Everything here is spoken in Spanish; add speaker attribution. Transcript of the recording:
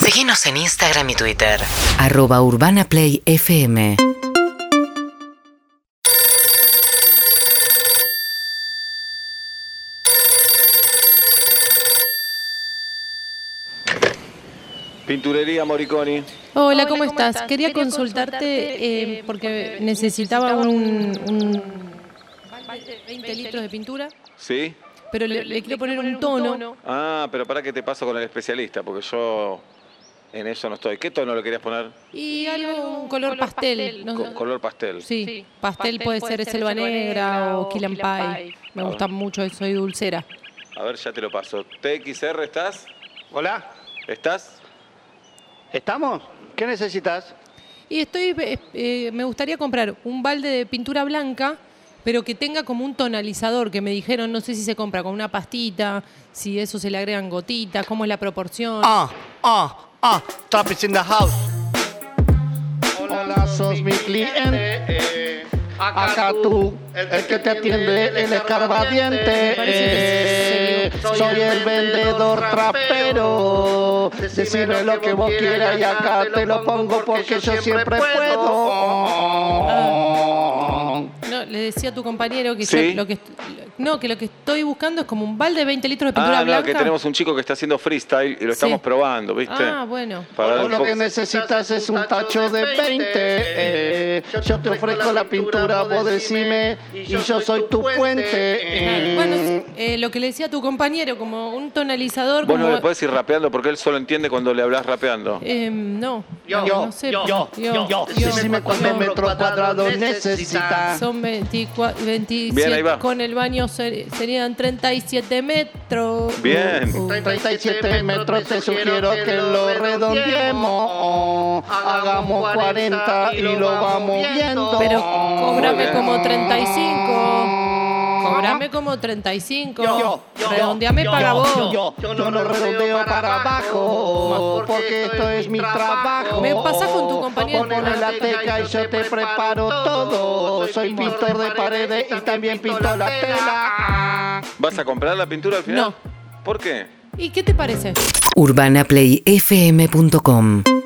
Speaker 1: Seguinos en Instagram y Twitter.
Speaker 2: arroba urbanaplayfm
Speaker 3: Pinturería Moriconi.
Speaker 4: Hola, ¿cómo, estás? Quería, consultarte, eh, porque necesitaba un, un balde de 20 litros de pintura,
Speaker 3: ¿Sí?
Speaker 4: pero le, le quiero poner un tono.
Speaker 3: Ah, pero para que te paso con el especialista, porque yo en eso no estoy. ¿Qué tono le querías poner?
Speaker 4: Y algo, un color pastel. no
Speaker 3: Co-
Speaker 4: sé.
Speaker 3: color pastel.
Speaker 4: Sí, pastel puede ser selva negra o kill and pie. Me
Speaker 3: Ah.
Speaker 4: gusta mucho, soy dulcera.
Speaker 3: A ver, ya te lo paso. TXR, ¿estás?
Speaker 5: Hola,
Speaker 3: ¿Estás?
Speaker 5: ¿estamos? ¿Qué necesitas?
Speaker 4: Y estoy, eh, eh, me gustaría comprar un balde de pintura blanca, pero que tenga como un tonalizador, que me dijeron, no sé si se compra con una pastita, si eso se le agregan gotitas, cómo es la proporción.
Speaker 5: Ah, ah, ah, Trap is in the house. Hola, sos mi cliente. Acá tú, el que te atiende, el escarbadiente.
Speaker 4: Parece que
Speaker 5: eh. Soy el vendedor trapero. Decime lo que vos quieras y acá te lo pongo porque yo siempre puedo.
Speaker 4: No, le decía a tu compañero que
Speaker 3: Sí.
Speaker 4: yo lo que est- no, que lo que estoy buscando es como un balde de 20 litros de pintura
Speaker 3: Ah,
Speaker 4: blanca.
Speaker 3: no, que tenemos un chico que está haciendo freestyle y lo
Speaker 4: Sí.
Speaker 3: estamos probando, ¿viste?
Speaker 4: Ah, bueno.
Speaker 3: Para dar
Speaker 5: Vos
Speaker 3: un
Speaker 5: lo
Speaker 3: poco-
Speaker 5: que necesitas es un tacho de 20. eh. Yo te ofrezco la pintura, vos decime, y yo soy tu puente.
Speaker 4: Claro.
Speaker 5: eh.
Speaker 4: Bueno, sí, eh, lo que le decía a tu compañero, como un tonalizador.
Speaker 3: Vos no
Speaker 4: como-
Speaker 3: le podés ir rapeando porque él solo entiende cuando le hablas rapeando.
Speaker 4: Em, no.
Speaker 6: Yo,
Speaker 4: no sé.
Speaker 6: yo, yo, yo.
Speaker 5: Decime cuántos
Speaker 4: No.
Speaker 5: metros cuadrados necesitas.
Speaker 4: Son 24, 27.
Speaker 3: Bien, ahí va.
Speaker 4: Con el baño ser- serían 37 metros.
Speaker 3: Bien.
Speaker 4: Uh, uh.
Speaker 5: 37 metros te sugiero que lo redondeemos. Hagamos 40 y lo vamos viendo.
Speaker 4: Pero cóbrame
Speaker 3: bien.
Speaker 4: como 35. Cobrame como 35. Redondeame para vos.
Speaker 5: Yo no redondeo para abajo, porque esto es mi trabajo.
Speaker 4: Me pasás con tu compañero.
Speaker 5: Poneme la teca y yo te preparo todo. Soy pintor de paredes y también pinto la tela.
Speaker 3: ¿Vas a comprar la pintura al final?
Speaker 4: No.
Speaker 3: ¿Por qué?
Speaker 4: ¿Y qué te parece?
Speaker 2: urbanaplayfm.com